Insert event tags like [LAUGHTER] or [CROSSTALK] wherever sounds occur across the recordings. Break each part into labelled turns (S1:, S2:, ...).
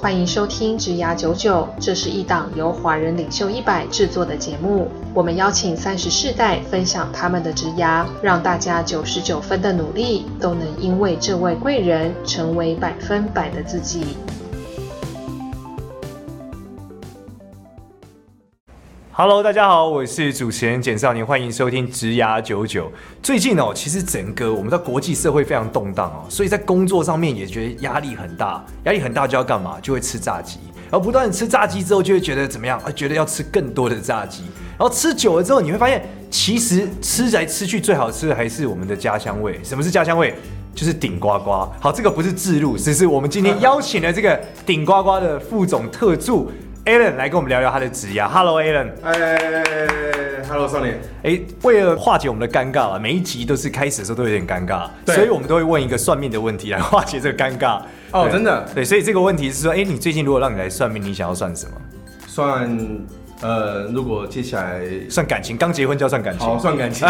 S1: 欢迎收听《职涯九九》，这是一档由华人领袖一百制作的节目。我们邀请三十世代分享他们的职涯，让大家九十九分的努力都能因为这位贵人成为百分百的自己。
S2: Hello，大家好，我是主持人简少年，欢迎收听《职涯九九》。最近哦，其实整个我们的国际社会非常动荡哦，所以在工作上面也觉得压力很大，压力很大就要干嘛？就会吃炸鸡，而不断吃炸鸡之后，就会觉得怎么样？啊，觉得要吃更多的炸鸡，然后吃久了之后，你会发现，其实吃来吃去最好吃的还是我们的家乡味。什么是家乡味？就是顶呱呱。好，这个不是自录，只是我们今天邀请了这个顶呱呱的副总特助 Alan 来跟我们聊聊他的职涯。Hello，Alan。
S3: 哎，Hello，少年，
S2: 哎，为了化解我们的尴尬啊，每一集都是开始的时候都有点尴尬，
S3: 对
S2: 所以我们都会问一个算命的问题来化解这个尴尬。
S3: 哦
S2: 对
S3: 真的
S2: 对，所以这个问题是说，哎，你最近如果让你来算命，你想要算什么？
S3: 算呃，如果接下来
S2: 算感情，刚结婚就要算感情？
S3: 好算感情，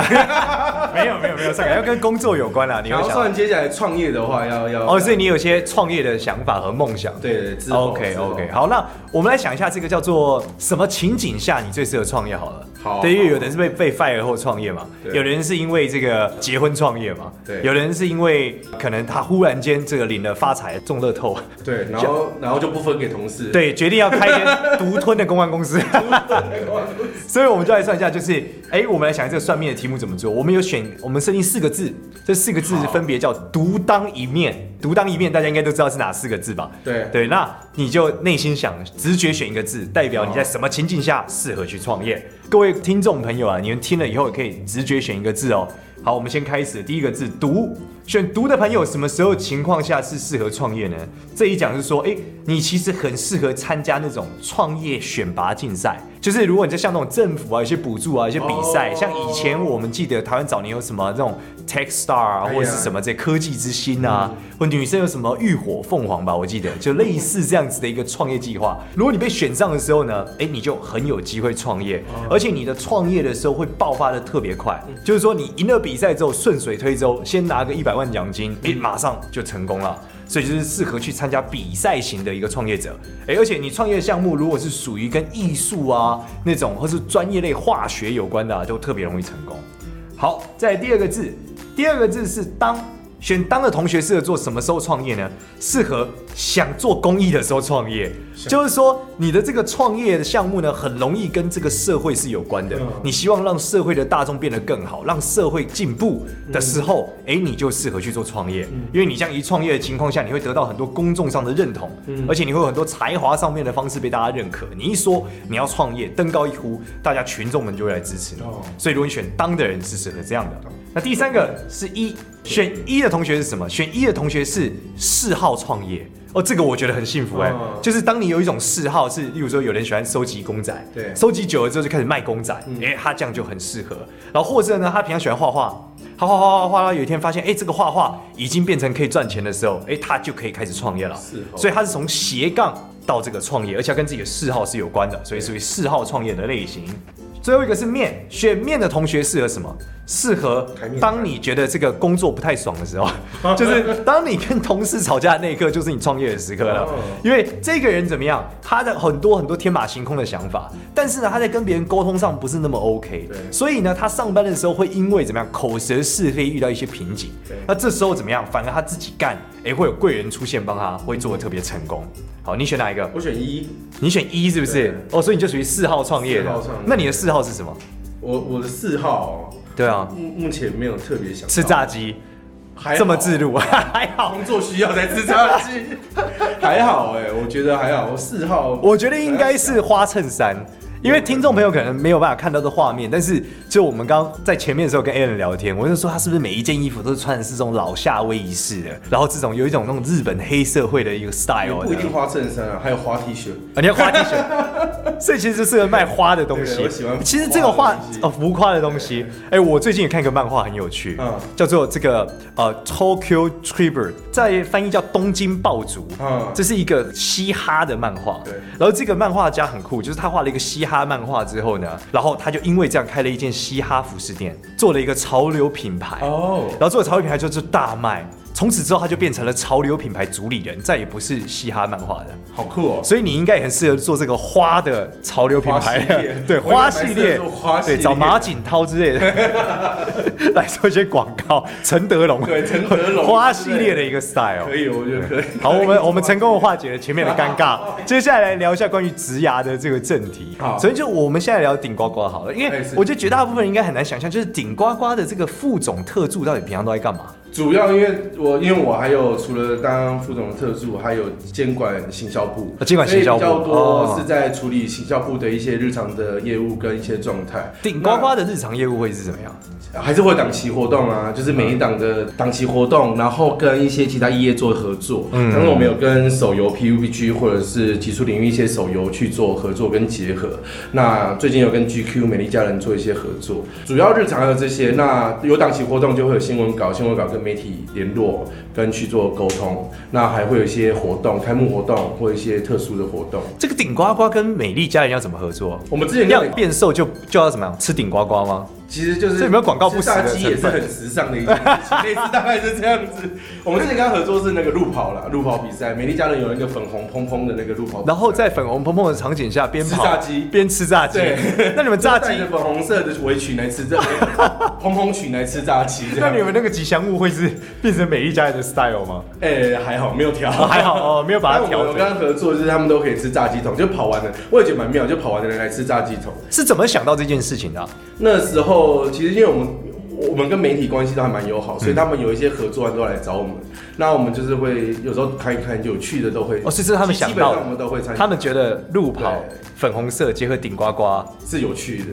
S2: [LAUGHS] 没有没有没有算感情，要跟工作有关啦。你
S3: 然
S2: 会
S3: 后
S2: 想
S3: 算接下来创业的话，要要
S2: 哦，所以你有些创业的想法和梦想。
S3: 对对之后
S2: OK
S3: 之后
S2: OK，好，那我们来想一下这个叫做什么情景下你最适合创业好了。
S3: 好
S2: 对，因为
S3: 好
S2: 有的人是被被 fire 后创业嘛，
S3: 对
S2: 有的人是因为这个结婚创业嘛，
S3: 对
S2: 有的人是因为可能他忽然间这个领了发财中乐透，
S3: 对，然后然后就不分给同事，
S2: 对，决定要开一间独吞的公关公司，所以我们就来算一下，就是哎、我们来想这个算命的题目怎么做。我们有选，我们设定四个字，这四个字
S3: 好
S2: 分别叫“独当一面”，“独当一面”大家应该都知道是哪四个字吧？
S3: 对
S2: 对，那你就内心想，直觉选一个字，代表你在什么情境下适合去创业。各位听众朋友啊，你们听了以后也可以直觉选一个字哦。好，我们先开始，第一个字“独”，选“独”的朋友，什么时候情况下是适合创业呢？这一讲是说，哎、你其实很适合参加那种创业选拔竞赛，就是如果你在像那种政府啊、一些补助啊、一些比赛，
S3: 哦
S2: 像以前我们记得台湾早年有什么那种 Tech Star 啊，
S3: 哎呀
S2: 或者是什么这科技之星啊，或女生有什么浴火凤凰吧，我记得就类似这样子的一个创业计划。如果你被选上的时候呢，哎，你就很有机会创业，而且你的创业的时候会爆发的特别快，就是说你赢了比赛之后顺水推舟，先拿个一百万奖金，哎，马上就成功了。所以就是适合去参加比赛型的一个创业者，哎，而且你创业项目如果是属于跟艺术啊那种，或是专业类化学有关的、啊，就特别容易成功。好，再来第二个字，第二个字是当。选当的同学适合做什么时候创业呢？适合想做公益的时候创业，就是说你的这个创业的项目呢，很容易跟这个社会是有关的。
S3: 嗯
S2: 你希望让社会的大众变得更好，让社会进步的时候，哎、你就适合去做创业，因为你这样一创业的情况下，你会得到很多公众上的认同，而且你会有很多才华上面的方式被大家认可。你一说你要创业，登高一呼，大家群众们就会来支持你。
S3: 哦
S2: 所以如果你选当的人是适合这样的。那第三个是一，选一的同学是什么？选一的同学是嗜好创业。哦，这个我觉得很幸福哎、
S3: 哦
S2: 就是当你有一种嗜好是，例如说有人喜欢收集公仔，
S3: 对嗯
S2: 收集久了之后就开始卖公仔，哎、他这样就很适合。然后或者呢，他平常喜欢画画，他画画画画画到有一天发现，哎、这个画画已经变成可以赚钱的时候，哎、他就可以开始创业了。
S3: 是哦
S2: 所以他是从斜杠到这个创业，而且要跟自己的嗜好是有关的，所以属于嗜好创业的类型。最后一个是面，选面的同学适合什么？适合
S3: 开面
S2: 当你觉得这个工作不太爽的时候， [LAUGHS] 就是当你跟同事吵架的那一刻，就是你创业的时刻了
S3: 哦。
S2: 因为这个人怎么样，他的很多很多天马行空的想法，但是呢，他在跟别人沟通上不是那么 OK，
S3: 对
S2: 所以呢，他上班的时候会因为怎么样口舌是非遇到一些瓶颈
S3: 对，
S2: 那这时候怎么样，反而他自己干，哎，会有贵人出现帮他，会做的特别成功。好，你选哪一个？
S3: 我选一，
S2: 你选一是不是
S3: 嗯对？
S2: 哦，所以你就属于四号创业的
S3: 四号创业。
S2: 那你的四号是什么？
S3: 我我的嗜好哦，
S2: 对啊，
S3: 目目前没有特别想到
S2: 吃炸，鸡，
S3: 还好
S2: 这么自，录， [LAUGHS] 还好。
S3: 工作需要才吃炸鸡，还好哎，我觉得还好，我嗜好，
S2: 我觉得应该是花衬衫，因为听众朋友可能没有办法看到的画面，但是就我们刚刚在前面的时候跟 Alan 聊天，我就说他是不是每一件衣服都是穿的是这种老夏威夷式的，然后这种有一种那种日本黑社会的一个 style，
S3: 也
S2: 的
S3: 不一定花衬衫啊，还有花 T 恤，
S2: 啊，你要花 T 恤，所以其实就适合卖花的东西
S3: 对我喜欢。
S2: 其实这个画
S3: 花的东西
S2: 哦，浮夸的东西。哎，我最近也看一个漫画很有趣
S3: 嗯，
S2: 叫做这个呃 Tokyo Tribute，在翻译叫东京爆竹
S3: 嗯。
S2: 这是一个嘻哈的漫画。
S3: 对
S2: 然后这个漫画家很酷，就是他画了一个嘻哈漫画之后呢，然后他就因为这样开了一间嘻哈服饰店，做了一个潮流品牌。
S3: 哦
S2: 然后做的潮流品牌就是大卖。从此之后，他就变成了潮流品牌主理人，再也不是嘻哈漫画的。
S3: 好酷哦！
S2: 所以你应该也很适合做这个花的潮流品牌
S3: [LAUGHS] 花系列，
S2: 对
S3: 我也
S2: 花
S3: 蛮
S2: 系
S3: 适合
S2: 列
S3: 做花，系
S2: 对
S3: 列
S2: 找马景涛之类的 [LAUGHS] 来做一些广告。陈德容，
S3: 对陈德容
S2: [LAUGHS] 花系列的一个 style，
S3: 可以，我觉得可以。
S2: 好，我们我们成功的化解了前面的尴 [LAUGHS] 尬，接下来聊一下关于植牙的这个正题。
S3: 好
S2: 所以就我们现在聊顶呱呱好了，因为
S3: 哎是
S2: 我觉得绝大部分人应该很难想象，就是顶呱呱的这个副总特助到底平常都在干嘛？
S3: 主要因为我因为我还有除了当副总的特助，还有监管行销部
S2: 啊，监管行销部
S3: 所以比较
S2: 哦
S3: 多是在处理行销部的一些日常的业务跟一些状态。
S2: 顶呱呱的日常业务会是怎么样？
S3: 那还是会有档期活动啊，就是每一档的档期活动，然后跟一些其他业做合作。嗯，当然我们有跟手游 PUBG 或者是技术领域一些手游去做合作跟结合。那最近有跟 GQ 美丽佳人做一些合作，主要日常的这些。那有档期活动就会有新闻稿，新闻稿跟媒体联络，跟去做沟通。那还会有一些活动，开幕活动或一些特殊的活动。
S2: 这个顶呱呱跟美丽家人要怎么合作？
S3: 我们之前
S2: 要
S3: 跟
S2: 变瘦就哦就要怎么样？吃顶呱呱吗？
S3: 其实就是
S2: 这有没有广告不实
S3: 吃炸
S2: 的
S3: 鸡也
S2: 成
S3: 是
S2: 分
S3: 很时尚的一件事
S2: [LAUGHS]
S3: 情，类似大概是这样子。我们之前跟他合作是那个路跑啦，路跑比赛，美丽佳人有那个粉红蓬蓬的那个路跑比赛，
S2: 然后在粉红蓬蓬的场景下边跑
S3: 吃炸鸡
S2: 边吃炸鸡 [LAUGHS]
S3: 对。
S2: 那你们炸鸡
S3: 就戴，着粉红色的围裙来吃这 [LAUGHS] 蓬蓬裙来吃炸鸡，这
S2: 那
S3: 样
S2: 你们那个吉祥物会是变成美丽家人的 style 吗？
S3: 哎、还好没有调，
S2: 哦还好哦没有把它
S3: 但
S2: 调
S3: 我们
S2: 整
S3: 我跟他合作就是他们都可以吃炸鸡桶，就跑完了，我也觉得蛮妙，就跑完的人来吃炸鸡桶。
S2: 是怎么想到这件事情的啊、
S3: 那时候其实因为我们我们跟媒体关系都还蛮友好，所以他们有一些合作案都来找我们。那我们就是会有时候看一看有趣的都会，
S2: 哦，是这是他们想
S3: 基本
S2: 到
S3: 上我们都会参与，
S2: 他们觉得路跑
S3: 对
S2: 粉红色结合顶呱呱
S3: 是有趣的。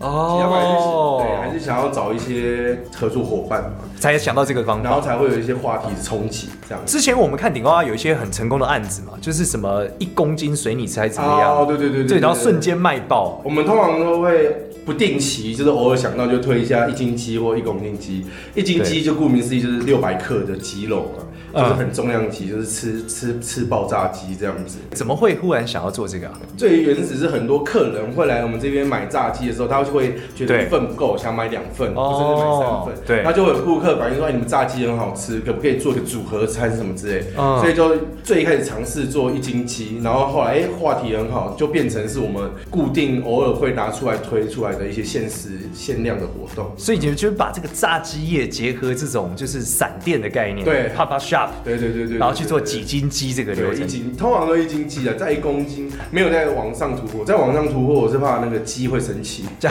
S3: 要不然就是对，还
S2: 哦，
S3: 是想要找一些合作伙伴嘛，
S2: 才想到这个方
S3: 然
S2: 法。
S3: 后才会有一些话题冲击这样子。
S2: 之前我们看顶呱呱有一些很成功的案子嘛，就是什么一公斤水你吃还是怎么
S3: 哦
S2: 样，
S3: 对对对
S2: 对，然后瞬，间卖爆。
S3: 我们通常都会。不定期就是偶尔想到就推一下一斤鸡或一公斤鸡，一斤鸡就顾名思义就是六百克的鸡肉
S2: 嗯
S3: 嘛，就是很重量级，就是吃吃吃爆炸鸡这样子。
S2: 怎么会忽然想要做这个、啊？
S3: 最原始是很多客人会来我们这边买炸鸡的时候，他就会觉得
S2: 对
S3: 一份不够，想买两份，
S2: 哦
S3: 或甚至买三份。
S2: 对
S3: 然后就会有顾客反映说：“哎，你们炸鸡很好吃，可不可以做个组合餐什么之类？”
S2: 嗯
S3: 所以就最一开始尝试做一斤鸡，然后后来哎话题很好，就变成是我们固定偶尔会拿出来推出来的一些限时限量的活动。
S2: 所以你们就是把这个炸鸡业结合这种就是闪电的概念，
S3: 对
S2: ，Papa Shop，
S3: 对对对对，
S2: 然后去做
S3: 对对
S2: 几斤鸡这个流
S3: 对，一
S2: 程。
S3: 斤通常都一斤鸡啊，在一公斤没有在网上突破，在网上突破我是怕那个鸡会生气，
S2: 吃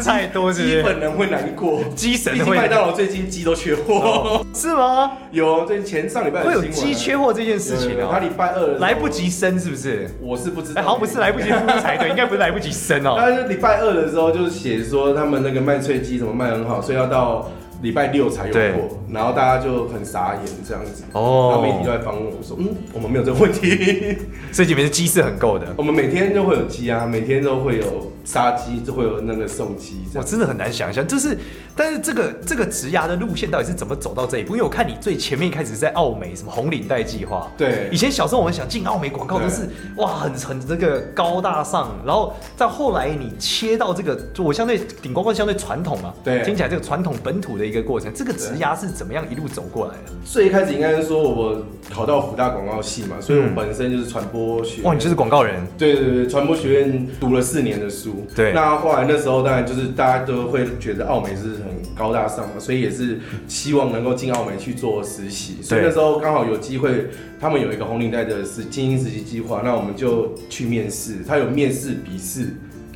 S2: 太多是不是
S3: 鸡本人会难过，
S2: 鸡神会
S3: 毕竟麦当劳最近鸡都缺货，
S2: 是吗？
S3: [LAUGHS] 有最近前上礼拜
S2: 会有
S3: 新闻啊
S2: 鸡缺货这件事情
S3: 有有有他
S2: 啊、
S3: 礼拜二的时候
S2: 来不，及生是不是？
S3: 我是不知道，
S2: 哎，好像不是来不及生才对，应该不是来不及生哦。
S3: 他就礼拜二的时候就是写说他们那个卖脆鸡怎么卖很好，所以要到礼拜六才有
S2: 对
S3: 货，然后大家就很傻眼这样子。
S2: 哦
S3: 然后媒体就在访问我说，嗯，我们没有这个
S2: [LAUGHS]
S3: 问题，
S2: 所以你们的鸡是很够的。
S3: 我们每天都会有鸡啊，每天都会有杀鸡，就会有那个送鸡这
S2: 我
S3: 样。
S2: 真的很难想象，就是，但是这个这个职涯的路线到底是怎么走到这一步？因为我看你最前面一开始是在澳美什么红领带计划，
S3: 对
S2: 以前小时候我们想进澳美广告都是哇很很这个高大上，然后再后来你切到这个，就我相对顶呱呱相对传统啊，
S3: 对
S2: 听起来这个传统本土的一个过程，这个职涯是怎么样一路走过来的？
S3: 最一开始应该是说我考到福大广告系嘛，所以我本身就是传播
S2: 嗯
S3: 学。
S2: 哇，你就是广告人，
S3: 对对对，传播学院读了四年的书。
S2: 对
S3: 那后来那时候当然就是大家都会觉得奥哦美是很高大上嘛，所以也是希望能够进奥美去做实习。所以那时候刚好有机会，他们有一个红领带的是精英实习计划，那我们就去面试，他有面试、笔试。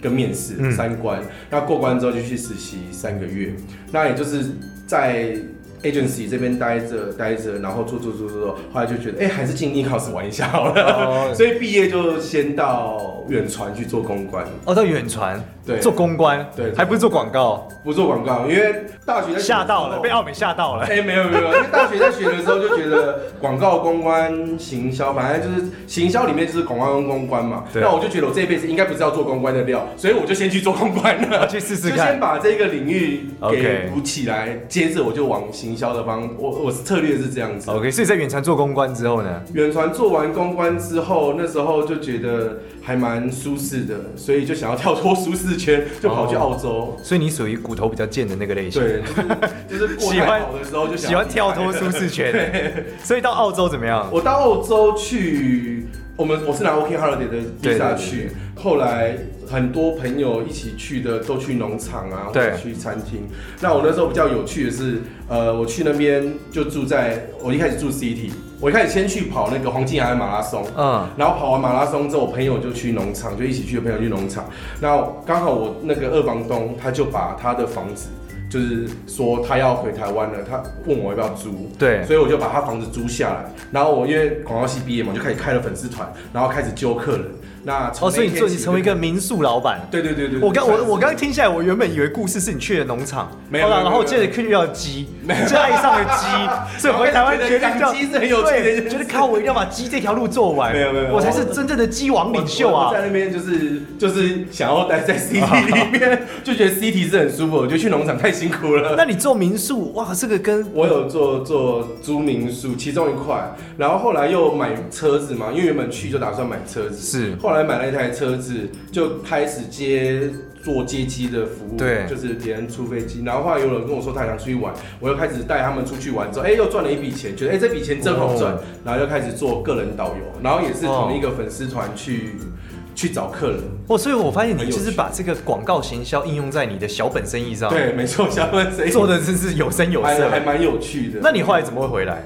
S3: 跟面试、
S2: 嗯
S3: 三关，那过关之后就去实习三个月，那也就是在 agency 这边待着待着，然后做做做做做，后来就觉得哎、还是进 Ecos 玩一下好了，
S2: 哦
S3: 所以毕业就先到远传去做公关，
S2: 哦，到远传，
S3: 对
S2: 做公关，
S3: 对
S2: 还不是做广告，
S3: 不做广告，因为大学在
S2: 吓到了，被
S3: 奥。
S2: 奥美吓到了。
S3: [LAUGHS] 哎、没有没有，因为大学在学的时候就觉得广告、公关、行销，反正就是行销里面就是广告跟公关嘛。
S2: 对
S3: 那我就觉得我这一辈子应该不是要做公关的料，所以我就先去做公关
S2: 啊
S3: 了，
S2: 去试试
S3: [LAUGHS] 就
S2: 看
S3: 先把这个领域
S2: OK
S3: 给补起来，接着我就往行销的方，我我策略是这样子。
S2: OK，所以在远传做公关之后呢，
S3: 远传做完公关之后，那时候就觉得还蛮舒适的，所以就想要跳脱舒适圈，就跑去澳洲。
S2: [LAUGHS] 所以你属于古头比较贱的那个类型， [LAUGHS]
S3: 对，就是就是过
S2: 喜
S3: 太
S2: 欢
S3: 好的时候就想
S2: 喜欢
S3: 离开
S2: 跳脱舒适圈，所以到澳洲怎么样？
S3: 我到澳洲去，我们我是拿 OK Holiday 的
S2: 对对
S3: visa
S2: 对
S3: 去，后来很多朋友一起去的都去农场啊，或
S2: 对
S3: 者去餐厅。那我那时候比较有趣的是，呃，我去那边就住在，我一开始住 City，我一开始先去跑那个黄金海岸马拉松，
S2: 嗯，
S3: 然后跑完马拉松之后，我朋友就去农场，就一起去的朋友去农场。然后刚好我那个二房东他就把他的房子，就是说他要回台湾了，他问我要不要租，
S2: 对
S3: 所以我就把他房子租下来。然后我因为广告系毕业嘛，就开始开了粉丝团，然后开始揪客人。那从
S2: 哦，所以
S3: 那
S2: 你
S3: 天
S2: 做你
S3: 起
S2: 成为一个民宿老板。
S3: 对对对对，
S2: 我刚
S3: 算
S2: 我
S3: 是
S2: 我刚刚听起来，我原本以为故事是你去了农场，
S3: 没有
S2: 好啦
S3: 没有
S2: 然后
S3: 没有
S2: 接着去到鸡，就爱上了
S3: [LAUGHS]
S2: 鸡，所以回台湾
S3: 然后
S2: 决
S3: 觉得
S2: 定叫
S3: 养鸡是很有趣的一
S2: 对，
S3: 件事
S2: 觉得靠我一定要把鸡这条路做完，
S3: 没有没有没有
S2: 我才是真正的鸡王领袖
S3: 我
S2: 啊
S3: 在！那边就是就是想要待在 CT 里面，就觉得 CT 是很舒服，我觉得去农场太辛苦
S2: [LAUGHS]
S3: 了。
S2: 那你做民宿，哇，这个跟
S3: 我有做做租民宿其中一块，然后后来又买车子嘛，因为原本去就打算买车子，
S2: 是
S3: 后来买了一台车子，就开始接做接机的服务，
S2: 对
S3: 就是别人出飞机，然后后来有人跟我说他想出去玩，我又开始带他们出去玩，之后哎又赚了一笔钱，觉得哎这笔钱真好赚，
S2: 哦
S3: 然后又开始做个人导游，然后也是同一个粉丝团去、去找客人，
S2: 哦，所以我发现你
S3: 很有
S2: 就是
S3: 趣
S2: 把这个广告行销应用在你的小本生意上，，
S3: 对，没错，小本谁
S2: 哦做的真是有声有
S3: 还还
S2: 色。
S3: 蛮有趣的。
S2: 那你后来怎么会回来？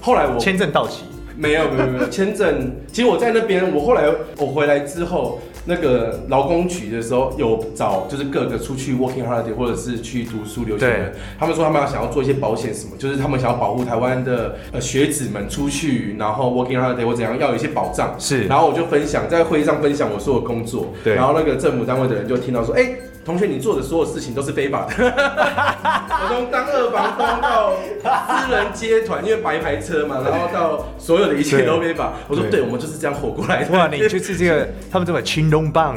S3: 后来我
S2: 签证到期，
S3: 没有没有没有签证。其实我在那边，我后来我回来之后，那个劳工局的时候有找，就是各个出去 working holiday 或者是去读书留学的人，他们说他们要想要做一些保险什么，就是他们想要保护台湾的呃学子们出去，然后 working holiday 或怎样要有一些保障。
S2: 是
S3: 然后我就分享在会议上分享我所有工作，
S2: 对
S3: 然后那个政府单位的人就听到说，哎、同学，你做的所有事情都是
S2: [LAUGHS]
S3: 非法的。我从当二房东到私人接团，因为白牌车嘛，然后到所有的一切都非法。我说，
S2: 对
S3: 对，我们就是这样活过来的。
S2: 哇，你就是这个，他们都把青龙棒，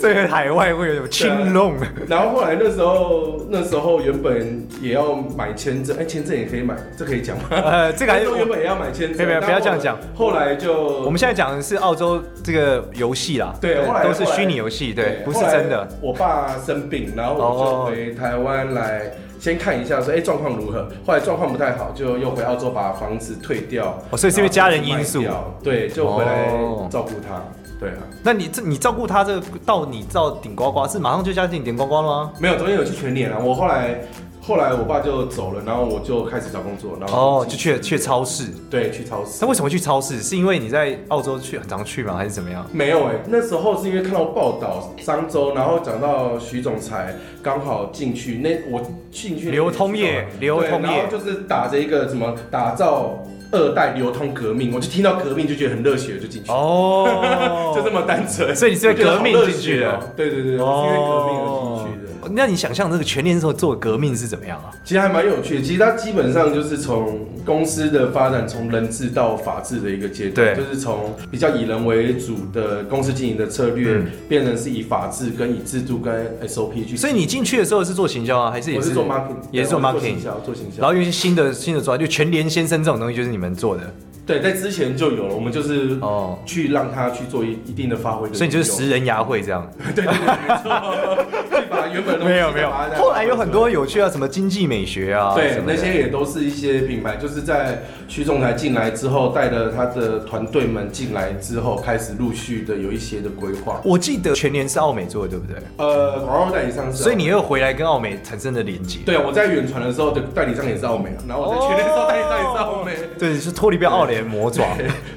S2: 这个海外会有种青龙，
S3: [LAUGHS] 然后后来那时候，那时候原本也要买签证，哎，签证也可以买，这可以讲吗？
S2: 呃，这个还是
S3: 那时候原
S2: 我
S3: 本也要买签
S2: 没有
S3: 证，
S2: 没有
S3: 但
S2: 不要这样讲
S3: 后来就
S2: 我们现在讲的是澳洲这个游戏啦，
S3: 对后来
S2: 都是
S3: 后来
S2: 虚拟游戏，对，不是
S3: 后来
S2: 真的。
S3: 我爸生病，然后我就回台湾来先看一下说，哎状况如何。后来状况不太好，就又回澳洲把房子退掉。
S2: 哦所以是因为家人因素
S3: 然后就卖掉对，就回来
S2: 哦
S3: 照顾他。对啊，
S2: 那你这你照顾他这个到你到顶呱呱是马上就加进顶呱呱了吗？
S3: 没有中间有去全年啊。我后来后来我爸就走了，然后我就开始找工作，然后
S2: 哦，就去去超市。
S3: 对去超市
S2: 那。为什么去超市？是因为你在澳洲去很常去吗？还是怎么样？
S3: 没有哎、那时候是因为看到报道商周，然后讲到徐总裁刚好进去，那我进去
S2: 流通业流通业
S3: 对然后就是打着一个什么打造二代流通革命，我就听到革命就觉得很热血，我就进去，
S2: [LAUGHS] 哦
S3: 就这么单纯。
S2: 所以你是因为革命进去的
S3: 我觉得好热血哦对对对，我是因为革命而进去的。
S2: 哦。那你想象那个全年的时候做的革命是怎么样啊？
S3: 其实还蛮有趣的。其实它基本上就是从公司的发展，从人治到法治的一个阶段，
S2: 对
S3: 就是从比较以人为主的公司经营的策略，
S2: 嗯
S3: 变成是以法治跟以制度跟 SOP 去。
S2: 所以你进去的时候是做行销啊，还是也
S3: 我
S2: 是
S3: 是做 marketing，
S2: 也是做
S3: 对我
S2: marketing
S3: 行销，做行销。
S2: 然后有一些新的新的做法，就全联先生这种东西就是你们做的
S3: 对，在之前就有了，我们就是
S2: 哦。
S3: 去让他去做一一定的发挥跟运用。
S2: 所以你就是食人牙会这 [LAUGHS] 样，
S3: 对对对，没
S2: [LAUGHS]
S3: 错，去把原本的东西 [LAUGHS] 把它
S2: 后来有很多有趣啊，什么经济美学啊，
S3: 对
S2: 什，么
S3: 那
S2: 的
S3: 些也都是一些品牌，就是在区仲台进来之后，带着他的团队们进来之后，开始陆续的有一些的规划。
S2: 我记得全年是澳美做的，对不对？
S3: 呃，广告代理商是啊、
S2: 所以你又回来跟澳美产生了连接。
S3: 对我在远传的时候的代理商也是澳美啊，然后我在全联的时候代理商也是澳
S2: [LAUGHS]
S3: 美，
S2: 对，是脱离不了澳联魔 [LAUGHS] 爪，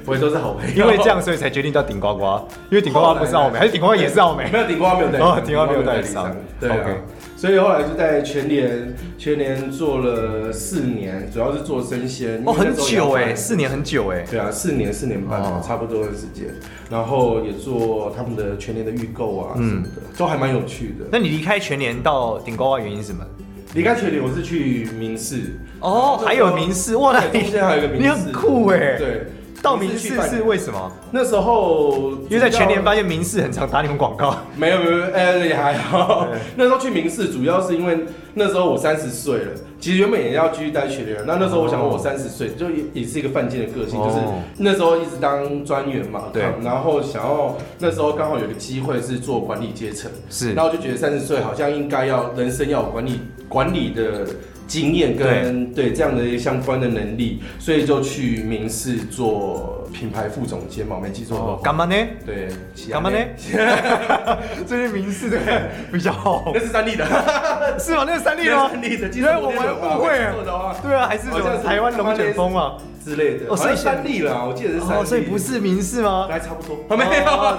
S3: 我也都是好朋友。
S2: 因为这样，所以才决定叫顶呱呱。因为顶呱呱不是澳美，
S3: 哦
S2: 还是顶呱呱也是澳美
S3: 没？有顶呱呱没有代理商
S2: 哦顶呱呱没有代理商
S3: 对啊
S2: OK
S3: 所以后来就在全联，全联做了四年，主要是做生鲜。
S2: 哦，很久哎、
S3: 哎，
S2: 四年很久哎、
S3: 对啊，四年四年半、啊
S2: 哦
S3: 差不多的时间，然后也做他们的全年的预购啊什么的，
S2: 嗯
S3: 都还蛮有趣的。
S2: 那你离开全年到顶呱呱原因是什么？
S3: 离开全年，我是去民事，
S2: 哦，还有民事哇，那
S3: 对，
S2: [LAUGHS]
S3: 中
S2: 你
S3: 间还有一个民事，
S2: 你很酷哎、
S3: 对，
S2: 到民事是为什么？
S3: 那时候
S2: 因为在全年发现民事很常打你们广告，
S3: 没有没有，哎、也还好。 [LAUGHS] 那时候去民事主要是因为那时候我三十岁了，其实原本也要继续待学联。那那时候我想我三十岁就也也是一个犯贱的个性，
S2: 哦
S3: 就是那时候一直当专员嘛，
S2: 对
S3: 然后想要那时候刚好有个机会是做管理阶层，
S2: 是
S3: 然后就觉得三十岁好像应该要人生要有管理管理的经验跟对这样的相关的能力，所以就去民事做品牌副总监嘛，我没记错的
S2: 哦
S3: 话，。
S2: 干嘛呢？
S3: 对，
S2: 干嘛呢？
S3: [LAUGHS]
S2: 最近民事的比较好
S3: 那，是三立的，
S2: 是吗？那是三立的
S3: 那
S2: 吗
S3: 是？三立的，
S2: 因为啊我们误会
S3: 做的
S2: 了
S3: 话，
S2: 对啊，还是什
S3: 好像
S2: 么
S3: 是
S2: 台湾龙卷风啊？
S3: 之类的，
S2: 哦所
S3: 哦，所
S2: 以
S3: 以三立啦，我记得是三
S2: 哦，
S3: 立，
S2: 所以不，是民事吗？
S3: 还差不多，
S2: 哦
S3: 没有，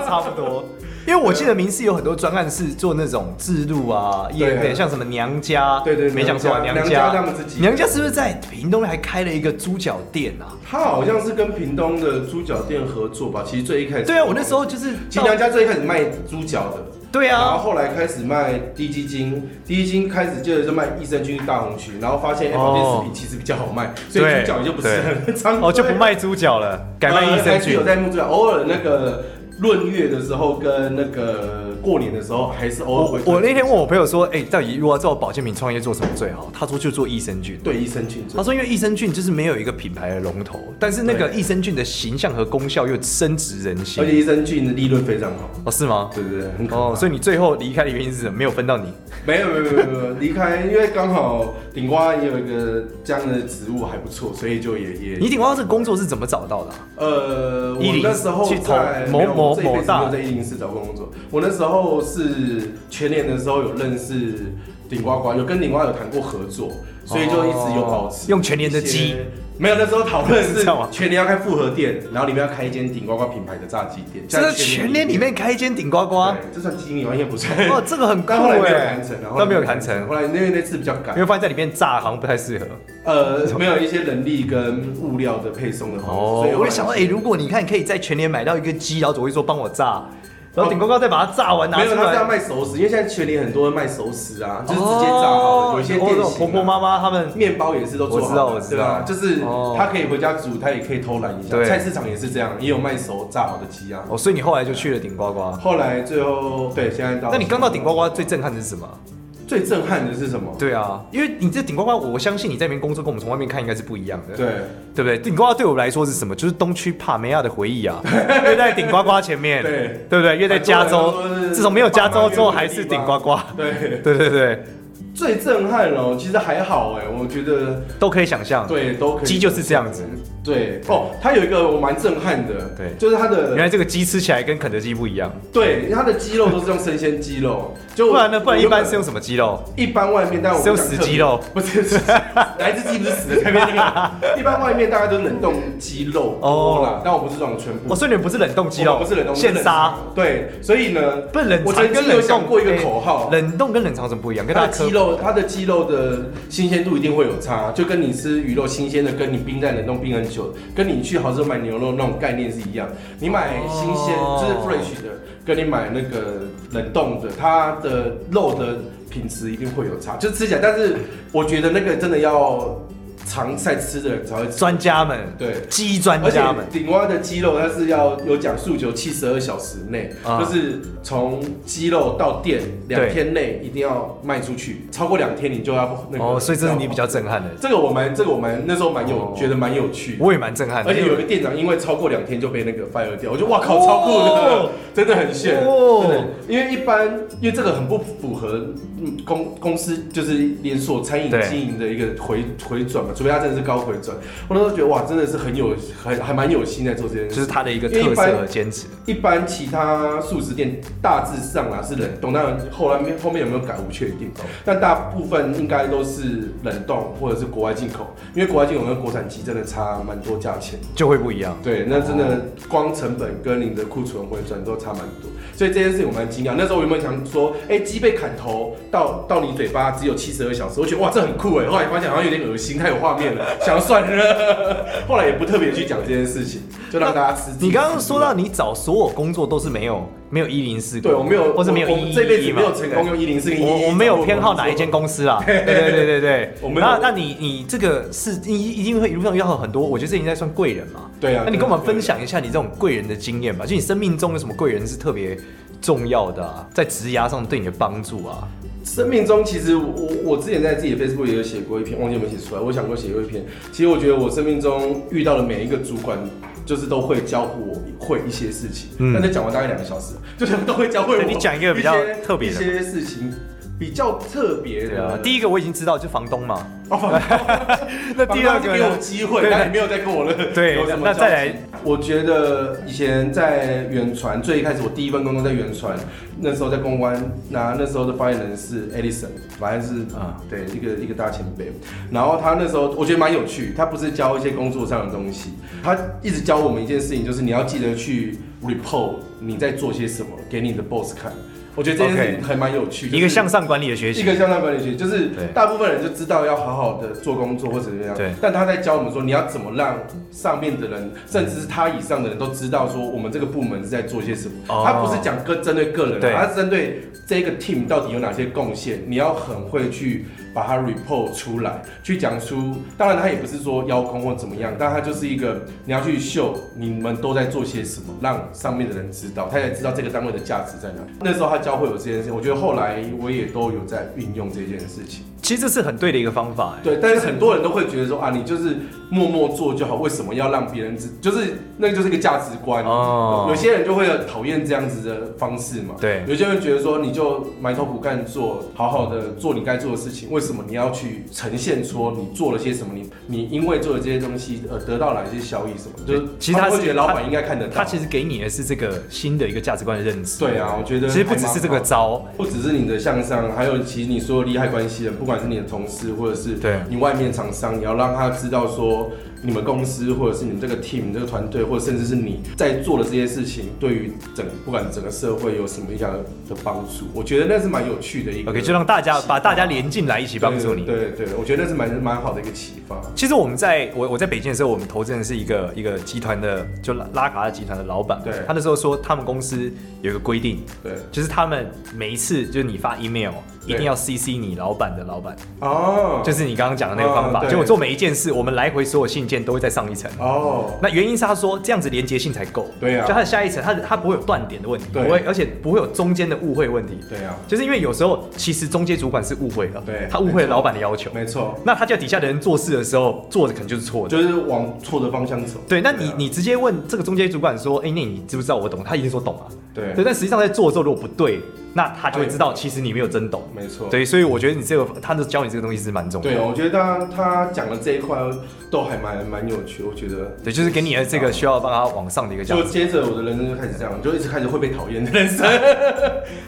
S2: 差不多。因为我记得民事有很多专案是做那种制度啊、业
S3: 对
S2: 配，
S3: 啊
S2: 像什么娘家，
S3: 对对
S2: 没讲错啊，
S3: 娘
S2: 娘
S3: 家
S2: 家，
S3: 娘家他们自己
S2: 娘家是不是在屏东还开了一个猪脚店啊？
S3: [LAUGHS] 他好像是跟屏东的猪脚店合作吧，其实最一开始，
S2: 对啊，我那时候就是
S3: 其实娘家最一开始卖猪脚的，
S2: 对
S3: 然后
S2: 啊，
S3: 后来开始卖低基金，低基金开始接着就卖益生菌、大红曲，然后发现哎保健食
S2: 哦
S3: 品其实比较好卖，所以
S2: 对
S3: 猪脚也就不是很常
S2: 哦就不卖猪脚了，改卖益
S3: 呃 [LAUGHS] 还
S2: 生
S3: 是
S2: 菌
S3: 有。在弄出来，偶尔那个闰月的时候跟那个过年的时候还是偶尔
S2: 我
S3: 会
S2: 我那天问我朋友说，哎、到底如果要做保健品创业做什么最好？他说就做益生菌。
S3: 对益生菌做
S2: 他说因为益生菌就是没有一个品牌的龙头，但是那个益生菌的形象和功效又深植人
S3: 而且
S2: 心。
S3: 益生菌的利润非常好，
S2: 哦，是吗？
S3: 对对对，很可怕。
S2: 哦，所以你最后离开的原因是什么？没有分到你。
S3: 没有没有没有没有离开，因为刚好顶瓜也有一个这样的职务还不错，所以就也也
S2: 你顶光这个工作是怎么找到的啊、
S3: 呃，我
S2: 104
S3: 那时候
S2: 去投
S3: 在
S2: 某
S3: 没有
S2: 某
S3: 我这一辈子
S2: 某大
S3: 没有在一零四找工作，我那时候是全年的时候有认识顶呱呱，有跟顶呱有谈过合作，所以就一直有保持、
S2: 哦用全年的鸡。
S3: 没有，那时候讨论
S2: 是 [LAUGHS]
S3: 是
S2: 这样吗
S3: 全年要开复合店，然后里面要开一间顶呱呱品牌的炸鸡店。
S2: 这是全年里面开一间顶呱呱。
S3: 对，这算经营吗？应该不算。
S2: 哦，这个很酷
S3: 但 [LAUGHS] 后来没有
S2: 哎
S3: 谈成，然，后
S2: 但没有谈成
S3: 后，来因为那次比较赶
S2: 因，为发现在里面炸好像不太适合。 [LAUGHS]
S3: 呃，没有一些人力跟物料的配送的方式，所以
S2: 我
S3: 就
S2: 就想说，哎，如果你看可以在全年买到一个鸡，然后总会说帮我炸，然后顶呱呱再把它炸完拿
S3: 没有，
S2: 出
S3: 他是要
S2: 来。
S3: 卖熟食，因为现在全联很多人卖熟食啊，就是直接炸好的，有一些
S2: 哦
S3: 店
S2: 那
S3: 型
S2: 种
S3: 啊
S2: 婆婆妈妈他们
S3: 面包也是都做好的
S2: 我知道我知道
S3: 对吧？就是
S2: 哦
S3: 他可以回家煮，他也可以偷懒一下。
S2: 对
S3: 菜市场也是这样，也有卖熟炸好的鸡啊。
S2: 哦，所以你后来就去了顶呱呱。
S3: 后来最后对，现在到
S2: 那你刚到顶呱呱最震撼的是什么？
S3: 最震撼的是什么？
S2: 对啊，因为你这顶呱呱，我相信你在那边工作跟我们从外面看应该是不一样的。
S3: 对，
S2: 对不对？顶呱呱对我来说是什么？就是东区帕梅亚的回忆啊，约在顶呱呱前面，
S3: 对
S2: 对不对？约在加
S3: 很
S2: 州
S3: 多人都，是
S2: 自从没有加州之后，还是顶呱呱。
S3: 对，
S2: 对对对，
S3: 最震撼哦，其实还好哎，我觉得
S2: 都可以想象，
S3: 对都可以。
S2: 鸡就是这样子。
S3: 对哦，它有一个我蛮震撼的，
S2: 对
S3: 就是它的
S2: 原来这个鸡吃起来跟肯德基不一样，
S3: 对它的鸡肉都是用生鲜
S2: [LAUGHS]
S3: 鸡肉，就
S2: 不然呢？不然一般是
S3: 用。
S2: 用什么鸡肉？
S3: 一般外面，但我
S2: 是用
S3: 不想
S2: 死
S3: 特别
S2: 鸡肉，
S3: [LAUGHS] 不是，是哪一只鸡不是死的？前面那
S2: [LAUGHS]
S3: 个，一般外面大概都是冷冻鸡肉
S2: 哦
S3: 多啦，但我不是这种全部
S2: 哦，。所以你们不是冷冻鸡
S3: 嗯我
S2: 肉，
S3: 们不是冷冻，
S2: 现杀，
S3: 我们是冷藏。对，所以呢，
S2: 不是冷
S3: 我
S2: 藏
S3: 曾
S2: 跟
S3: 经有
S2: 冷冻
S3: 想过一个口号，
S2: 冷冻跟冷藏怎么不一样？跟
S3: 它
S2: 大
S3: 的
S2: 家科
S3: 鸡肉，它的鸡肉的新鲜度一定会有差，就跟你吃鱼肉新鲜的，跟你冰在冷冻冰很久，跟你去豪车买牛肉那种概念是一样。你买新鲜、
S2: 哦
S3: 就是 fresh 的，跟你买那个冷冻的，它的肉的品质一定会有差，就吃起来。但是我觉得那个真的要常在吃的人才会吃。
S2: 专家们，
S3: 对
S2: 鸡专
S3: 而且
S2: 家们，
S3: 顶蛙的鸡肉，它是要有讲诉求，七十二小时内，
S2: 啊
S3: 就是从鸡肉到店两
S2: 对
S3: 天内一定要卖出去，超过两天你就要那个。
S2: 哦，所以这是你比较震撼的，
S3: 这个我蛮这个我蛮那时候蛮有、
S2: 哦
S3: 觉得蛮有趣的。
S2: 我也蛮震撼的，
S3: 而且有一个店长，因为超过两天就被那个 fire 掉，我觉得哇靠，超酷的，
S2: 哎哦
S3: 真的很炫。
S2: 哦
S3: 真的，因为一般因为这个很不符合嗯公公司就是连锁餐饮
S2: 对
S3: 经营的一个回回转嘛，除非它真的是高回转。我那时候觉得哇，真的是很有很还蛮有心在做这件事。
S2: 就是它的一个特色和坚持。
S3: 一般其他素食店大致上啊是冷冻，当然后来面后面有没有改无确定，
S2: 哦
S3: 但大部分应该都是冷冻或者是国外进口，因为国外进口跟国产鸡真的差蛮多价钱。
S2: 就会不一样。
S3: 对，那真的光成本跟你的库存回转都差蛮多，所以这件事情我蛮惊讶。那时候我原本想说，哎、欸鸡被砍头到到你嘴巴只有七十二小时，我觉得哇这很酷哎，后来发现好像有点恶心，太有画面了，想算了。后来也不特别去讲这件事情，就让大家吃惊。
S2: 你刚刚说到你找所有工作都是没有没有一零四，
S3: 对我没有，
S2: 或是没有
S3: 我
S2: 一
S3: 我这辈
S2: 一
S3: 子
S2: 一嘛
S3: 没有成功用一零四跟一
S2: 我我没有偏好哪一间公司啦，
S3: [LAUGHS]
S2: 对对对对对。
S3: 我没有
S2: 那那你你这个是一一定会一路上遇到很多，我觉得这应该算贵人嘛。
S3: 对啊
S2: 那你跟我们
S3: 对啊
S2: 分享一下你这种贵人的经验吧，就你生命中有什么贵人是特别重要的啊，在职涯上对你的帮助啊。
S3: 生命中，其实我我之前在自己的 Facebook 也有写过一篇，忘记有没有写出来。我想过写过一篇。其实我觉得我生命中遇到的每一个主管，就是都会教会我会一些事情。
S2: 嗯
S3: 但是讲完大概两个小时，就是都会教会我。
S2: 对你讲一个比较
S3: 些
S2: 特别的
S3: 一些事情，比较特别
S2: 对啊
S3: 的。，
S2: 第一个我已经知道，就房东嘛。
S3: 哦，反正
S2: [LAUGHS] 那第二个
S3: 给我
S2: 呢？
S3: 机会，
S2: 对
S3: 但你没有再跟我了。
S2: 对
S3: 有什么
S2: 那
S3: 交集
S2: 再来，
S3: 我觉得以前在远传，最一开始我第一份工作在远传，那时候在公关，那那时候的发言人是 Edison，反正是
S2: 啊
S3: 啊，对，一个一个大前辈。然后他那时候我觉得蛮有趣，他不是教一些工作上的东西，他一直教我们一件事情，就是你要记得去 report 你在做些什么给你的 boss 看。我觉得这件事
S2: OK
S3: 情还蛮有趣
S2: 一个向
S3: 像。
S2: 上管理的学
S3: 一
S2: 习
S3: 个。向上管理学，就是
S2: 对
S3: 大部分人就知道要好好的做工作或者怎么样，
S2: 对
S3: 但他在教我们说，你要怎么让上面的人，甚至是他以上的人都知道说，我们这个部门是在做些什么。
S2: 哦
S3: 他不是讲个针对个人啊，
S2: 对
S3: 他是针对这个 team 到底有哪些贡献，你要很会去把它 report 出来，去讲出。当然，他也不是说邀功或怎么样，但他就是一个你要去秀你们都在做些什么，让上面的人知道，他也知道这个单位的价值在哪里。那时候他教会我这件事情，我觉得后来我也都有在运用这件事情。
S2: 其实这是很对的一个方法、哎
S3: 对，但是很多人都会觉得说啊，你就是默默做就好，为什么要让别人知？就是那就是一个价值观
S2: 哦
S3: 有些人就会很讨厌这样子的方式嘛。
S2: 对
S3: 有些人觉得说你就埋头苦干做，好好的做你该做的事情，为什么你要去呈现说你做了些什么？你你因为做了这些东西，呃，得到哪些效益什么？就是
S2: 其实他
S3: 们会
S2: 是
S3: 觉得老
S2: 他
S3: 板应该看得到。
S2: 他其实给你的是这个新的一个价值观的认知。
S3: 对啊，我觉得
S2: 其实不只是这个
S3: 还蛮好
S2: 招，
S3: 不只是你的向上，还有其实你所有利害关系人，不管是你的同事或者是
S2: 对
S3: 你外面厂商，你要让他知道说你们公司或者是你们这个 team、这个团队，或者甚至是你在做的这些事情，对于整不管整个社会有什么影响的帮助，我觉得那是蛮有趣的一个
S2: OK，就让大家把大家连进来一起帮助你。
S3: 对对对，我觉得那是蛮蛮好的一个启发。
S2: 其实我们在我我在北京的时候，我们投资人是一个一个集团的，就拉拉卡的集团的老板。
S3: 对
S2: 他那时候说他们公司有一个规定，
S3: 对，
S2: 就是他们每一次就是你发 email 一
S3: 对
S2: 定要 CC 你老板的老板，
S3: 哦，
S2: 就是是你刚刚讲的那个方
S3: 哦
S2: 法。
S3: 对
S2: 就我做每一件事，我们来回所有信件都会再上一层。
S3: 哦，
S2: 那原因是他说这样子连接性才够，
S3: 对啊
S2: 就他的下一层，他他不会有断点的问题，不
S3: 对
S2: 会，而且不会有中间的误会问题，
S3: 对啊，
S2: 就是因为有时候其实中间主管是误会了，
S3: 对
S2: 他误会了老板的要求，
S3: 没错，
S2: 那他叫底下的人做事的时候做的可能就是错的。
S3: 就是往错的方向走。
S2: 对，那你
S3: 啊
S2: 你直接问这个中间主管说，哎、那你知不知道我懂？他一定说懂啊。
S3: 对
S2: 对，但实际上在做的时候如果不对，那他就会
S3: 对
S2: 知道其实你没有真懂。
S3: 没错。
S2: 对，所以我觉得你这个他的教你这个东西是蛮重要
S3: 对，哦
S2: 的。
S3: 我觉得他他讲的这一块都还蛮蛮有趣，我觉得。
S2: 对，就是给你的这个需要帮他往上的一个价
S3: 就
S2: 值。
S3: 接着我的人生就开始这样，就一直开始会被讨厌的人生。 [LAUGHS]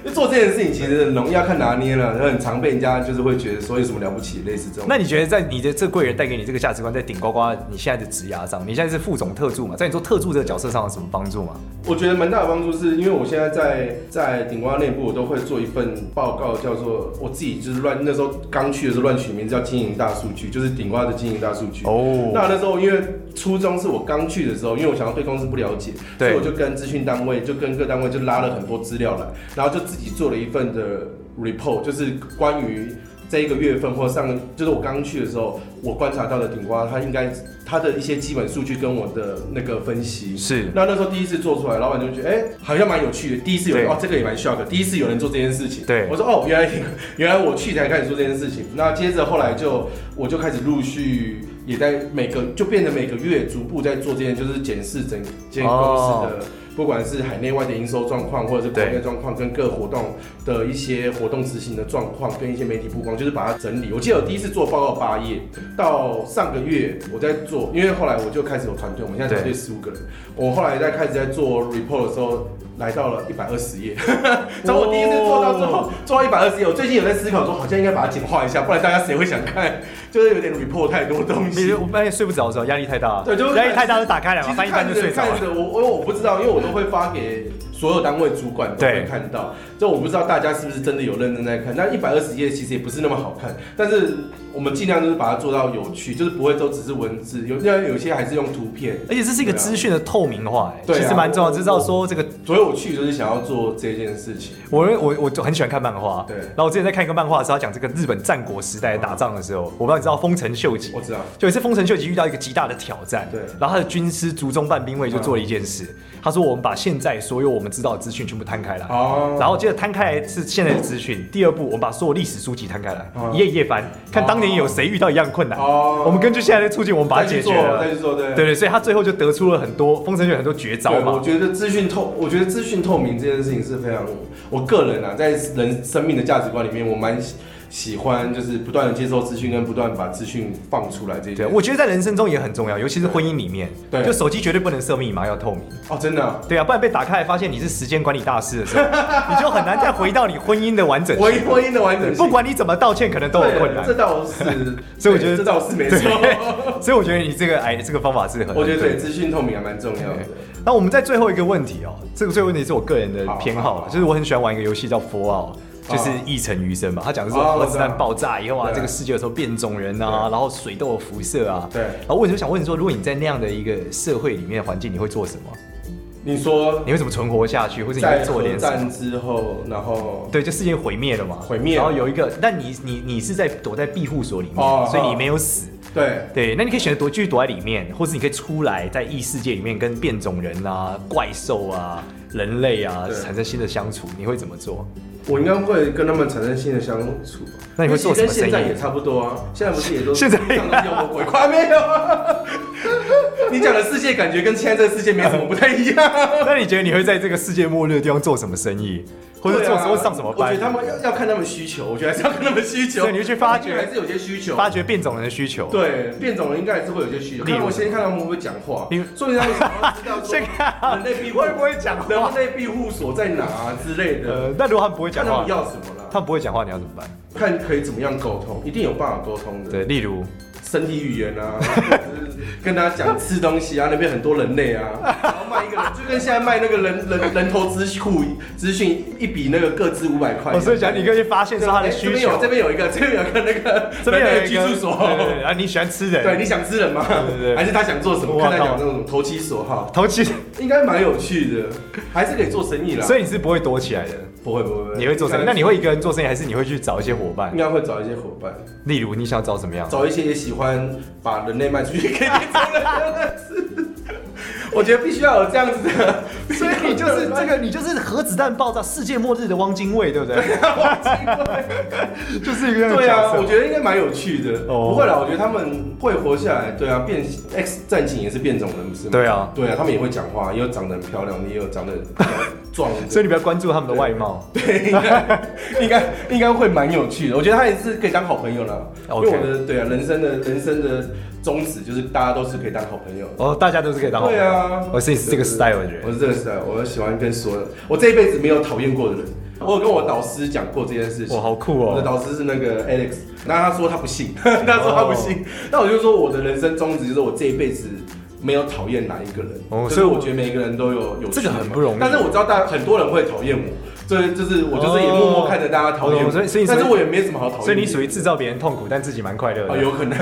S3: 就做这件事情其实很容易要看拿捏了，很常被人家就是会觉得说有什么了不起，类似这种。
S2: 那你觉得在你的这个贵人带给你这个价值观，在顶呱呱你现在的职涯上，你现在是副总特助嘛，在你做特助这个角色上有什么帮助吗？
S3: 我觉得蛮大的帮助，是因为我现在在在顶呱内部，我都会做一份报告，叫做我自己就是乱那时候刚去的时候乱取名字叫经营大数据，就是顶呱的经营大数据。
S2: 哦
S3: 那那时候因为初衷是我刚去的时候，因为我想要对公司不了解，
S2: 对
S3: 所以我就跟资讯单位就跟各单位就拉了很多资料来，然后就自己做了一份的 report，就是关于。这一个月份或上个，就是我刚去的时候，我观察到的顶呱，它应该它的一些基本数据跟我的那个分析
S2: 是
S3: 那那时候第一次做出来，老板就觉得哎、好像蛮有趣的。第一次有人
S2: 对
S3: 哦，这个也蛮 shock，的第一次有人做这件事情。
S2: 对
S3: 我说哦，原来原来我去才开始做这件事情。那接着后来就我就开始陆续也在每个就变得每个月逐步在做这件，就是检视整间公司
S2: 哦
S3: 的。不管是海内外的营收状况，或者是国内
S2: 对
S3: 状况，跟各活动的一些活动执行的状况，跟一些媒体曝光，就是把它整理。我记得我第一次做报告八页，到上个月我在做，因为后来我就开始有团队，我们现在团队十五个人，我后来在开始在做 report 的时候，来到了一百二十
S2: [LAUGHS]
S3: 页，从我第一次做到最后做到一百二十页，我最近有在思考说，好像应该把它简化一下，不然大家谁会想看？ [LAUGHS] 就是有点 report 太多东
S2: 你哎
S3: 西。
S2: 我半夜睡不着的时候，压力太大了，
S3: 对就是
S2: 压力太大就打开来
S3: 其
S2: 嘛，
S3: 实
S2: 翻一翻就睡着
S3: 看
S2: 了
S3: 着。我我我不知道，因为我都会发给所有单位主管都
S2: 对
S3: 会看到。这我不知道大家是不是真的有认真在看，但一百二十页其实也不是那么好看，但是我们尽量就是把它做到有趣，就是不会都只是文字，有要有些还是用图片。
S2: 而且这是一个资讯的透明化、哎
S3: 对啊
S2: 其实蛮重要，知道说这个
S3: 所以我去就是想要做这件事情。
S2: 我我我就很喜欢看漫画，
S3: 对
S2: 然后我之前在看一个漫画的时候，他讲这个日本战国时代打仗的时候，我不知道你知道丰臣秀吉
S3: 我，知道，
S2: 就有一次丰臣秀吉遇到一个极大的挑战，
S3: 对
S2: 然后他的军师竹中半兵卫就做了一件事，他说我们把现在所有我们知道的资讯全部摊开来，
S3: 哦
S2: 然后接着摊开来是现在的资讯，第二步我们把所有历史书籍摊开来，
S3: 嗯
S2: 一页一页翻，看当年有谁遇到一样困难，
S3: 哦
S2: 我们根据现在的处境，我们把它
S3: 再去
S2: 解
S3: 做
S2: 决了，
S3: 再去做对
S2: 对对，所以他最后就得出了很多丰臣秀吉很多绝招
S3: 对，
S2: 嘛
S3: 我，觉得资讯透，我觉得资讯透明这件事情是非常，我个人啊，在人生命的价值观里面，我蛮喜喜欢就是不断的接受资讯，跟不断地把资讯放出来这一
S2: 对，
S3: 点。
S2: 我觉得在人生中也很重要，尤其是婚姻里面，
S3: 对
S2: 就手机绝对不能设密码，要透明。
S3: 哦，真的啊、
S2: 对啊，不然被打开来发现你是时间管理大师的时候，
S3: [LAUGHS]
S2: 你就很难再回到你婚姻的完整性。
S3: 婚婚姻的完整性，
S2: 不管你怎么道歉，可能都有
S3: 嗯对
S2: 困难，
S3: 这。倒是
S2: 所以我觉得
S3: 对这倒是没错。
S2: 对，所以我觉得你这个哎，这个方法是很，
S3: [LAUGHS] 我觉得对。资讯透明还蛮重要的。
S2: 那我们在最后一个问题哦，这个最后一个问题是我个人的
S3: 好
S2: 偏
S3: 好
S2: 好，
S3: 好
S2: 就是我很喜欢玩一个游戏叫《Fallout》。就是
S3: 哦
S2: 一城余生嘛，他讲的是
S3: 哦
S2: 核子
S3: 我知
S2: 弹
S3: 道
S2: 爆炸以后啊，
S3: 对啊
S2: 这个世界有时候变种人啊，然
S3: 对
S2: 后水都有辐射啊。
S3: 对
S2: 然后我就想问说，如果你在那样的一个社会里面环境，你会做什么？
S3: 你说
S2: 你会怎么存活下去，或者你
S3: 在
S2: 会做
S3: 核
S2: 点什
S3: 战
S2: 么？
S3: 之后，然后
S2: 对，就世界毁灭了嘛，
S3: 毁灭
S2: 然后有一个，但你你你是在躲在庇护所里面，
S3: 哦
S2: 所以你没有死。
S3: 对
S2: 对，那你可以选择躲继续躲在里面，或是你可以出来，在异世界里面跟变种人啊、怪兽啊、人类啊
S3: 对
S2: 产生新的相处，你会怎么做？
S3: 我应该会跟他们产生新的相处吧。
S2: 那你会做什么
S3: 因为其实
S2: 生意
S3: 跟现在也差不多啊，现在不是也都
S2: 现在
S3: 上都是妖魔
S2: [LAUGHS]
S3: 鬼怪没有啊？ [LAUGHS] 你讲的世界感觉跟现在这个世界没什么不太一样。
S2: 那你觉得你会在这个世界末日的地方做什么生意， [LAUGHS] 或者
S3: 对啊
S2: 做什么上什么
S3: 我
S2: 班？
S3: 觉得他们要要看他们需求，我觉得还是要看他们需求。
S2: 所以你会去发掘
S3: 因为还是有些需求。
S2: 发掘变种人的需求。，
S3: 对，变种人应该还是会有些需求。
S2: 例如
S3: 看我先看他们会不会讲话
S2: 例如，
S3: 所以他们想要知
S2: [LAUGHS]
S3: 道
S2: 先看
S3: 说人类庇护
S2: 会不会讲话
S3: 人类庇护所在哪啊之类的，
S2: 呃，那如果他们不会
S3: 看
S2: 讲
S3: 他
S2: 话
S3: 们，要什么啦。
S2: 他们不会讲话，你要怎么办？
S3: 看可以怎么样沟通，一定有办法沟通的。
S2: 对，，例如，
S3: 身体语言啊， [LAUGHS] 或者是跟他讲吃东西啊，那边很多人类啊，然后卖一个人，就跟现在卖那个人 [LAUGHS] 人人头资库资讯一笔那个各自五百块。
S2: 哦我所以讲你可以去发现
S3: 哎对
S2: 说他的
S3: 哎
S2: 需
S3: 这边
S2: 求
S3: 有这。边有一个，这边有一个那个，
S2: [LAUGHS] 这边有一
S3: 人类
S2: 个
S3: 居住所。
S2: 对对对啊，你喜欢吃人，
S3: 对，你想吃人吗？
S2: 对对对
S3: 还是他想做什么？
S2: 我
S3: 看他
S2: 靠
S3: 想做什么，投其所好，
S2: 头七，
S3: 应该蛮有趣的，还是可以做生意啦。
S2: 所
S3: 以
S2: 以你是不会躲起来的，
S3: 不会不会不会，
S2: 你会做生意。那你会一个人做生意，还是你会去找一些伙伴
S3: 应？该会找一些伙伴，
S2: 例如你想找什么样？
S3: 找一些也喜欢把人类卖出去给别种人的我觉得必须要有这样子的，
S2: 所以你就是 [LAUGHS] 这个，你就是核子弹爆炸世界末日的汪精卫，对不对？ [LAUGHS] 就是一个这样的
S3: 对
S2: 角
S3: 啊，
S2: 色
S3: 我觉得应该蛮有趣的。
S2: 哦
S3: 不会啦，我觉得他们会活下来。对啊，变 X 战警也是变种人，不是吗？
S2: 对啊
S3: 对啊，他们也会讲话，也有长得很漂亮，也有长得很壮的。
S2: 所以你不要关注他们的外貌。
S3: 对，应该应该应该会蛮有趣的。我觉得他也是可以当好朋友啦。
S2: OK
S3: 因为我的对啊，人生的人生的宗旨就是大家都是可以当好朋友。
S2: 哦，大家都是可以当好朋
S3: 对
S2: 友。
S3: 啊，
S2: 我是你是这个 style 的
S3: 我
S2: 人。
S3: 是这个 style，我喜欢跟所有人，我这一辈子没有讨厌过的人。我有跟我导师讲过这件事情，
S2: 哇好酷哦
S3: 我的导师是那个 Alex，那他说他不信， [LAUGHS] 他说他不信，
S2: 哦
S3: 那我就说我的人生宗旨就是我这一辈子没有讨厌哪一个人，
S2: 哦
S3: 就是
S2: 所以我
S3: 我觉得每一个人都有有
S2: 这个
S3: 趣的
S2: 很
S3: 嘛
S2: 不容易
S3: 但是我知道大家很多人会讨厌我，所以就是我就是也默默看着大家讨厌
S2: 哦
S3: 我，
S2: 所以所以你
S3: 但是
S2: 属于
S3: 我也没什么好讨厌，
S2: 所以你属于制造别人痛苦，但自己蛮快乐
S3: 啊，
S2: 的。
S3: 有可能，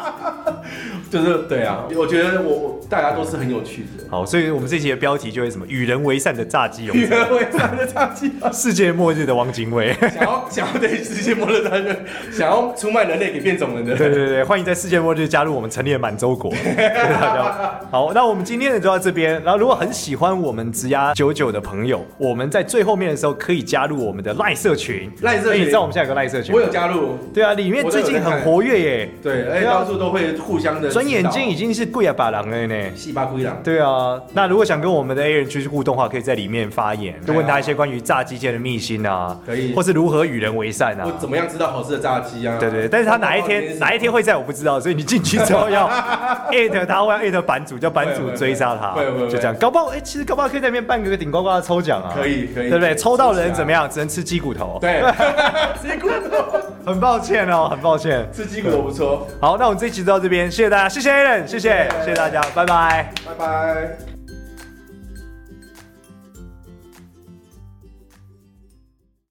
S3: [LAUGHS] 就是对啊，我觉得我我大家都是很有趣的。
S2: 好，所以我们这期的标题就会什么“与人为善的炸鸡勇
S3: 女
S2: 者 [LAUGHS]
S3: [LAUGHS] 儿会上的唱机，”，
S2: 世界末日的汪精卫。
S3: 想要想要对世界末日战争，想要出卖人类给变种人的
S2: [LAUGHS] 对
S3: 人，
S2: 对对，欢迎在世界末日加入我们成立的满洲国。 [LAUGHS] 谢谢大家。好，那我们今天的就到这边。然后，如果很喜欢我们植牙九九的朋友，我们在最后面的时候可以加入我们的赖社群。
S3: 赖社群
S2: 哎你知道我们现在有个赖社群？
S3: 我有。加入，
S2: 对啊，里面最近很活跃耶。
S3: 对，而且
S2: 对啊
S3: 到处都会互相的
S2: 转眼间已
S3: 指
S2: 经是贵啊把郎了呢
S3: 导，。细巴龟狼，
S2: 对啊，那如果想跟我们的 A 人去互动的话，可以在里面发言，就问他一些关于炸鸡界的秘辛啊，
S3: 啊可以
S2: 或是如何与人为善啊。
S3: 我怎么样知道好吃的炸鸡啊？
S2: 对对，但是他哪一
S3: [LAUGHS]
S2: 天哪一天会在我不知道，所以你进去之后要艾特他，或要艾特版主，叫版主追杀他
S3: 会会会，会
S2: 就这样。搞不好哎，其实搞不好可以在那边办个顶呱呱的抽奖啊，
S3: 可以可以
S2: 对不对？抽到的人怎么
S3: 样？
S2: 样？只能吃鸡骨头。，
S3: 啊对， [LAUGHS] 吃鸡骨头，
S2: 很抱歉哦，很抱歉。
S3: 吃鸡骨头不错，
S2: 好，那我们这一期就到这边，谢谢大家，谢谢 a l a n 谢谢，谢谢大家，拜拜。
S3: 拜拜。